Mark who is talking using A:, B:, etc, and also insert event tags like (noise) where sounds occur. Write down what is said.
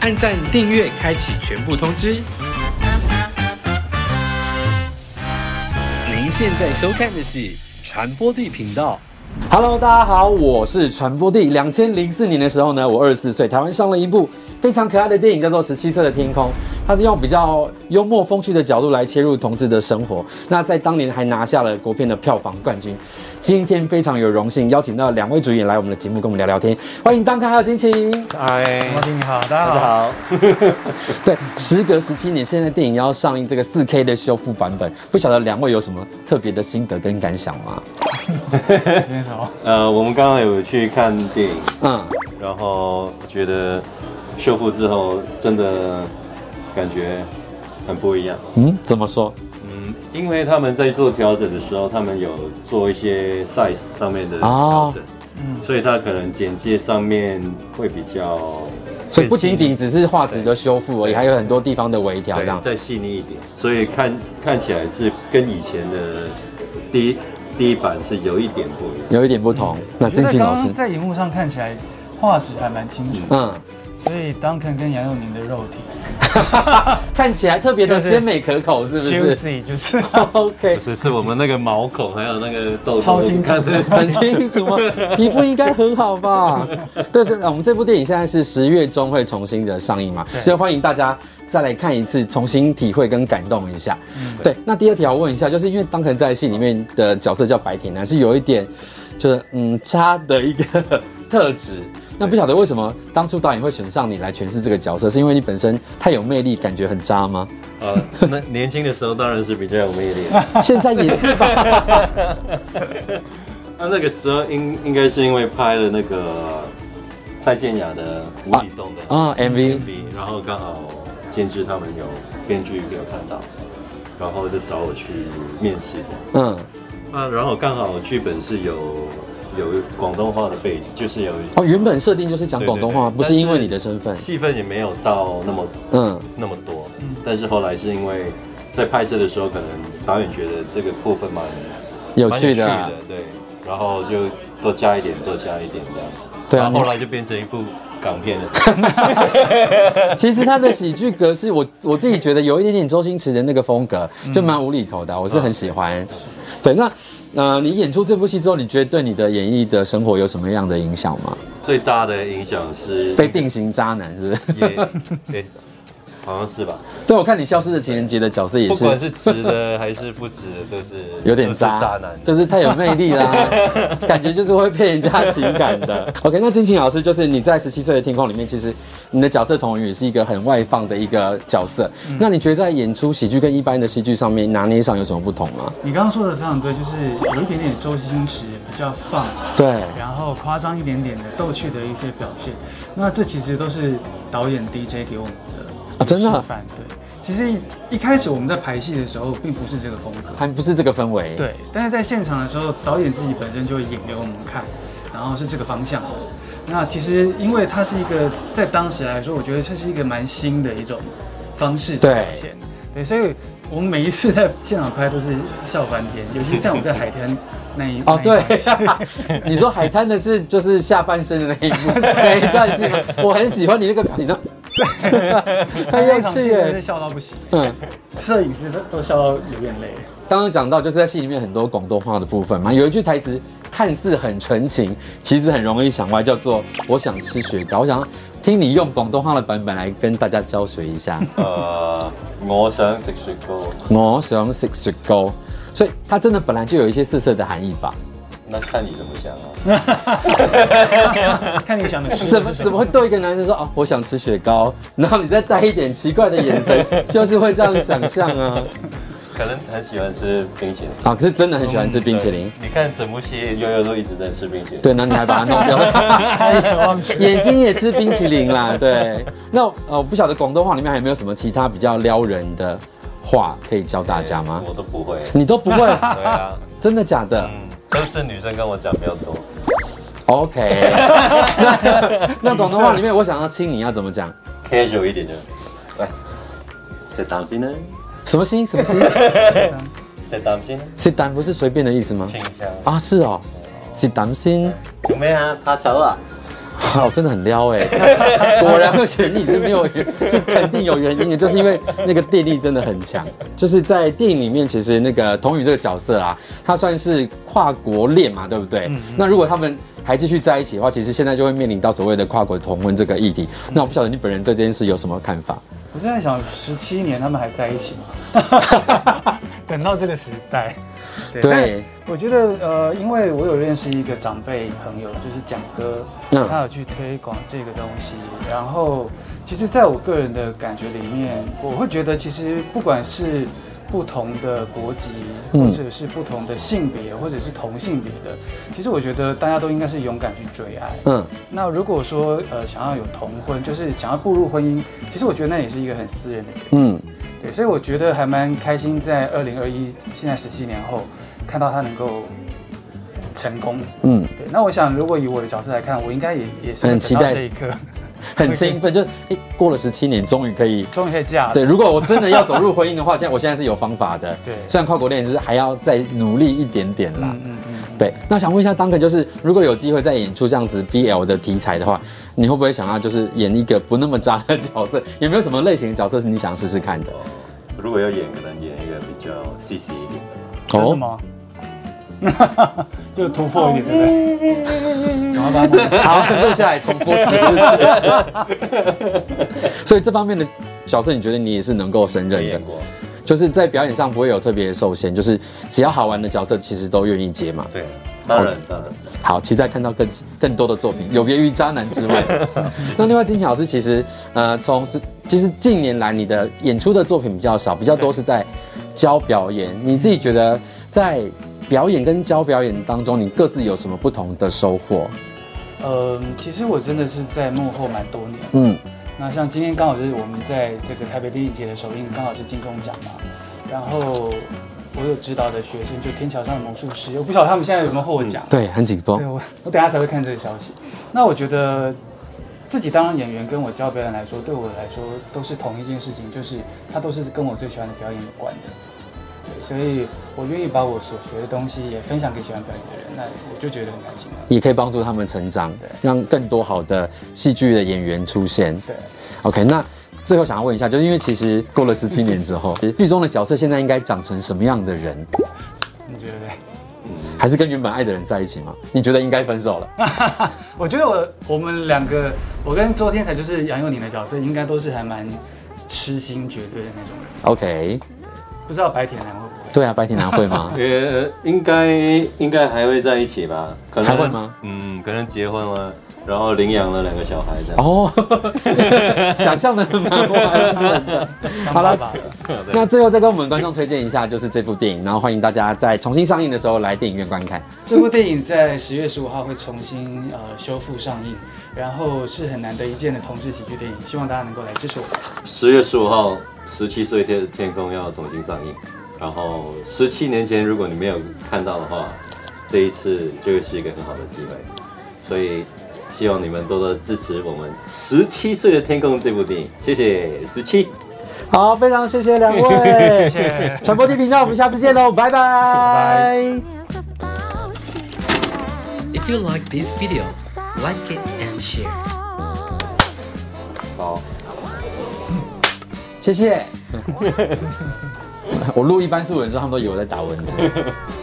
A: 按赞、订阅、开启全部通知。您现在收看的是传播地频道。
B: Hello，大家好，我是传播帝。两千零四年的时候呢，我二十四岁，台湾上了一部非常可爱的电影，叫做《十七岁的天空》。它是用比较幽默风趣的角度来切入同志的生活。那在当年还拿下了国片的票房冠军。今天非常有荣幸邀请到两位主演来我们的节目，跟我们聊聊天。欢迎当康还有金晴。
C: 哎，
D: 莫丁你好，大家
C: 大
D: 好。
C: 好，
B: 对，时隔十七年，现在电影要上映这个四 K 的修复版本，不晓得两位有什么特别的心得跟感想吗？
D: 今天什么？
C: 呃，我们刚刚有去看电影，
B: 嗯，
C: 然后觉得修复之后真的感觉很不一样。
B: 嗯，怎么说？
C: 嗯，因为他们在做调整的时候，他们有做一些 size 上面的调
B: 哦
C: 整，
B: 嗯
C: 所以它可能简介上面会比较
B: 所以不仅仅只是画质的修复而已，还有很多地方的微调这样
C: 对。再细腻一点，所以看看起来是跟以前的第一第一版是有一点不一样。
B: 有一点不同。那
D: 我觉
B: 金
D: 得
B: 庆老
D: 刚
B: 师
D: 刚，在荧幕上看起来画质还蛮清楚，
B: 嗯，
D: 所以 Duncan 跟杨佑宁的肉体
B: 看起来特别的鲜美可口，是不是
D: juicy 就是，
B: (laughs)
D: (laughs)
B: ？OK，
C: 不是，是我们那个毛孔还有那个痘痘，
D: 超清楚
C: 你看
B: (laughs) 很清楚
C: (laughs)
B: 吗？皮肤应该很好吧？但是呃我们这部电影现在是十月中会重新的上映嘛，
D: 对
B: 就欢迎大家再来看一次，重新体会跟感动一下。
C: 嗯
B: 对，那第二条我问一下，就是因为当肯在戏里面的角色叫白铁男，是有一点就是嗯渣的一个 (laughs) 特质。那不晓得为什么当初导演会选上你来诠释这个角色，是因为你本身太有魅力，感觉很渣
C: (laughs)
B: 吗？
C: 呃，那年轻的时候当然是比较有魅力的。
B: 现在也
C: (laughs)
B: 是吧？
C: 那那个时候应应该是因为拍了那个蔡健雅的《无底洞》的
B: 啊，MV
C: MV，然后刚好监制他们有编剧有看到，然后就找我去面试的。
B: 嗯，
C: 啊，然后刚好剧本是有有广东话的背景，就是有
B: 哦，原本设定就是讲广东话，
C: 对对对
B: 不是因为你的身份。
C: 戏份也没有到那么
B: 嗯，
C: 那么多，但是后来是因为在拍摄的时候，可能导演觉得这个部分蛮
B: 有趣的
C: 蛮
B: 啊
C: 有，趣的，对，然后就多加一点，多加一点这样子，
B: 对啊
C: 然
B: 你
C: 后后来就变成一部港片了，
B: (laughs) (laughs) 其实他的喜剧格式，我我自己觉得有一点点周星驰的那个风格，
C: 嗯
B: 就蛮无厘头的啊，我是很喜欢。对，那呃，你演出这部戏之后，你觉得对你的演艺的生活有什么样的影响吗？
C: 最大的影响是
B: 被定型渣男是不 (laughs) 是？
C: 也，对，好像是吧，
B: 对，我看你《消失的情人节》的角色也
C: 不
B: 是
C: 管是直的还是不直的，都是
B: (laughs) 有点
C: 都
B: 渣，
C: 是渣男，
B: 就是太有魅力啦，感觉就是会骗人家情感的。OK，那金晴老师就是你在十七岁的天空里面，其实你的角色童宇也是一个很外放的一个角色。那你觉得在演出喜剧跟一般的戏剧上面拿捏上有什么不同吗？
D: 你刚刚说的非常对，就是有一点点周星驰比较放，
B: 对，
D: 然后夸张一点点的逗趣的一些表现。那这其实都是导演 DJ 给我们的
B: 啊真的
D: 示范。对，其实一一开始我们在排戏的时候，并不是这个风格。
B: 还不是这个氛围。，
D: 对，但是在现场的时候，导演自己本身就会演给我们看，然后是这个方向的。那其实因为它是一个在当时来说，我觉得这是一个蛮新的一种方式的表现。对，所以我们每一次在现场拍都是笑翻天，尤其像我们在海滩那一
B: 哦
D: 那一段戏
B: 对，你说海滩的是就是下半身的那一幕 (laughs) 那一段戏吗？我很喜欢你那个表情， (laughs) 太
D: (laughs) 那
B: 有
D: 一场
B: 趣
D: 戏真的
B: 耶。
D: 笑到不行，
B: 嗯。
D: 摄影师都都笑到流眼
B: (laughs)
D: 泪。
B: 刚刚讲到，就是在戏里面很多广东话的部分嘛，有一句台词看似很纯情，其实很容易想歪，叫做“我想吃雪糕”。我想听你用广东话的版本来跟大家教学一下。
C: 呃，我想食雪糕，
B: 我想食雪糕，所以它真的本来就有一些色色的含义吧？
C: 那看你怎么想啊。
B: (laughs)
D: 看你想的是
B: 怎么怎么会对一个男生说哦，我想吃雪糕，然后你再带一点奇怪的眼神，就是会这样想象啊
C: 可能很喜欢吃冰淇淋，嗯
B: 啊！可是真的很喜欢吃冰淇淋
C: 对。你看整部戏，悠悠都一直在吃冰淇淋。
B: 对，那你还把它弄掉 (laughs) 哎了， (laughs) 眼睛也吃冰淇淋啦。对，那呃，我不晓得广东话里面还有没有什么其他比较撩人的话可以教大家吗？
C: 我都不
B: (laughs)
C: 会。
B: 你都不会，
C: 对啊，
B: 真的假的
C: 嗯，都是女生跟我讲比较多。
B: ？OK，那那广东话里面我想要亲你要怎么讲？
C: casual 一点就，喂，食啖先啦，
B: 什么心什么心？ (laughs)
C: 食啖先啦，啊
B: 是单不是随便的意思吗？
C: 清一下。
B: 啊，是哦，是担心
C: 做咩啊？怕丑啊？
B: (laughs) 靠，真的很撩哎、果然会选你是没有原，是肯定有原因的，就是因为那个电力真的很强。就是在电影里面，其实那个童宇这个角色啊，他算是跨国恋嘛，对不
D: 嗯
B: 对？那如果他们还继续在一起的话，其实现在就会面临到所谓的跨国同婚这个议题。那我不晓得你本人对这件事有什么看法？
D: 我正在想，十七年他们还在一起吗？ (laughs) 等到这个时代，
B: 对，
D: 但我觉得呃，因为我有认识一个长辈朋友，就是蒋哥，
B: 嗯
D: 他有去推广这个东西。然后，其实在我个人的感觉里面，我会觉得其实不管是不同的国籍，
B: 嗯
D: 或者是不同的性别，或者是同性别的，其实我觉得大家都应该是勇敢去追爱。
B: 嗯，
D: 那如果说呃想要有同婚，就是想要步入婚姻，其实我觉得那也是一个很私人的决定。
B: 嗯，
D: 对，所以我觉得还蛮开心，在二零二一现在十七年后，看到他能够成功。
B: 嗯，
D: 对，那我想如果以我的角色来看，我应该也也是
B: 很
D: 会
B: 期
D: 等到
B: 待
D: 这一刻，
B: 很兴奋，就哎，过了十七年，终于可以
D: 终于可以嫁了。
B: 对，如果我真的要走入婚姻的话，现在我现在是有方法的。
D: 对
B: 虽然跨国恋是还要再努力一点点啦。
D: 嗯，嗯嗯
B: 对，那想问一下当哥，就是如果有机会再演出这样子 BL 的题材的话，你会不会想要就是演一个不那么渣的角色？有没有什么类型的角色是你想试试看的？
C: 如果要演，可能演一个比较细细一点的。
D: 真的？吗？
B: 哦
D: 嗯 (laughs) 就突破一点，对不
B: (laughs)
D: 对？然后把它弄
B: (laughs) 好，录下来重播十次。 (laughs) 所以这方面的角色，你觉得你也是能够胜
C: 没
B: 任的
C: 演，过，
B: 就是在表演上不会有特别受限，就是只要好玩的角色，其实都愿意接嘛。
C: 对，当然当然。？
B: 好，期待看到更更多的作品，有别于《渣男之 (laughs) 外》。那另外，金星老师其实，呃，从是其实近年来你的演出的作品比较少，比较多是在教表演。你自己觉得在表演跟教表演当中，你各自有什么不同的收获？
D: 嗯，其实我真的是在幕后蛮多年。
B: 嗯，
D: 那像今天刚好就是我们在这个台北电影节的首映，刚好是金钟奖嘛。然后我有指导的学生，就天桥上的魔术师，我不晓得他们现在有没有获我奖。
B: 对，很紧
D: 对
B: 绷。
D: 我，我等一下才会看这个消息。那我觉得自己当演员跟我教表演来说，对我来说都是同一件事情，就是它都是跟我最喜欢的表演有关的。对，所以我愿意把我所学的东西也分享给喜欢表演的人，那我就觉得很开心了。
B: 也可以帮助他们成长
D: 对，
B: 让更多好的戏剧的演员出现。
D: 对。
B: OK，那最后想要问一下，就是因为其实过了十七年之 (laughs) 后，剧中的角色现在应该长成什么样的人？
D: 你觉得嘞？
B: 还是跟原本爱的人在一起吗？你觉得应该分手了？
D: 我觉得我我们两个，我跟周天才就是杨佑宁的角色，应该都是还蛮痴心绝对的那种人。
B: OK，
D: 不知道白铁男会不会？
B: 对啊，白天男会吗 (laughs)
C: 呃，应该应该还会在一起吧？可能
B: 还会吗？
C: 嗯，可能结婚了，然后领养了两个小孩这样。
B: 哦，想象的蛮完整的。
D: 当
B: 好了
D: 爸爸了，
B: 那最后再跟我们观众推荐一下，就是这部电影，然后欢迎大家在重新上映的时候来电影院观看。
D: 这部电影在十月十五号会重新呃修复上映，然后是很难得一见的同志喜剧电影，希望大家能够来支持我们。
C: 十月十五号，《十七岁的天空》要重新上映。然后十七年前，如果你没有看到的话，这一次就是一个很好的机会。所以希望你们多多支持我们《十七岁的天空》这部电影。谢谢十七。
B: 好，非常谢谢两位，传播地频道，我们下次见喽，拜拜
E: It's about you.
A: If you like this video, like it and share.
C: 好。
B: 谢谢。我录一般素人的时候，他们都以为我在打蚊子。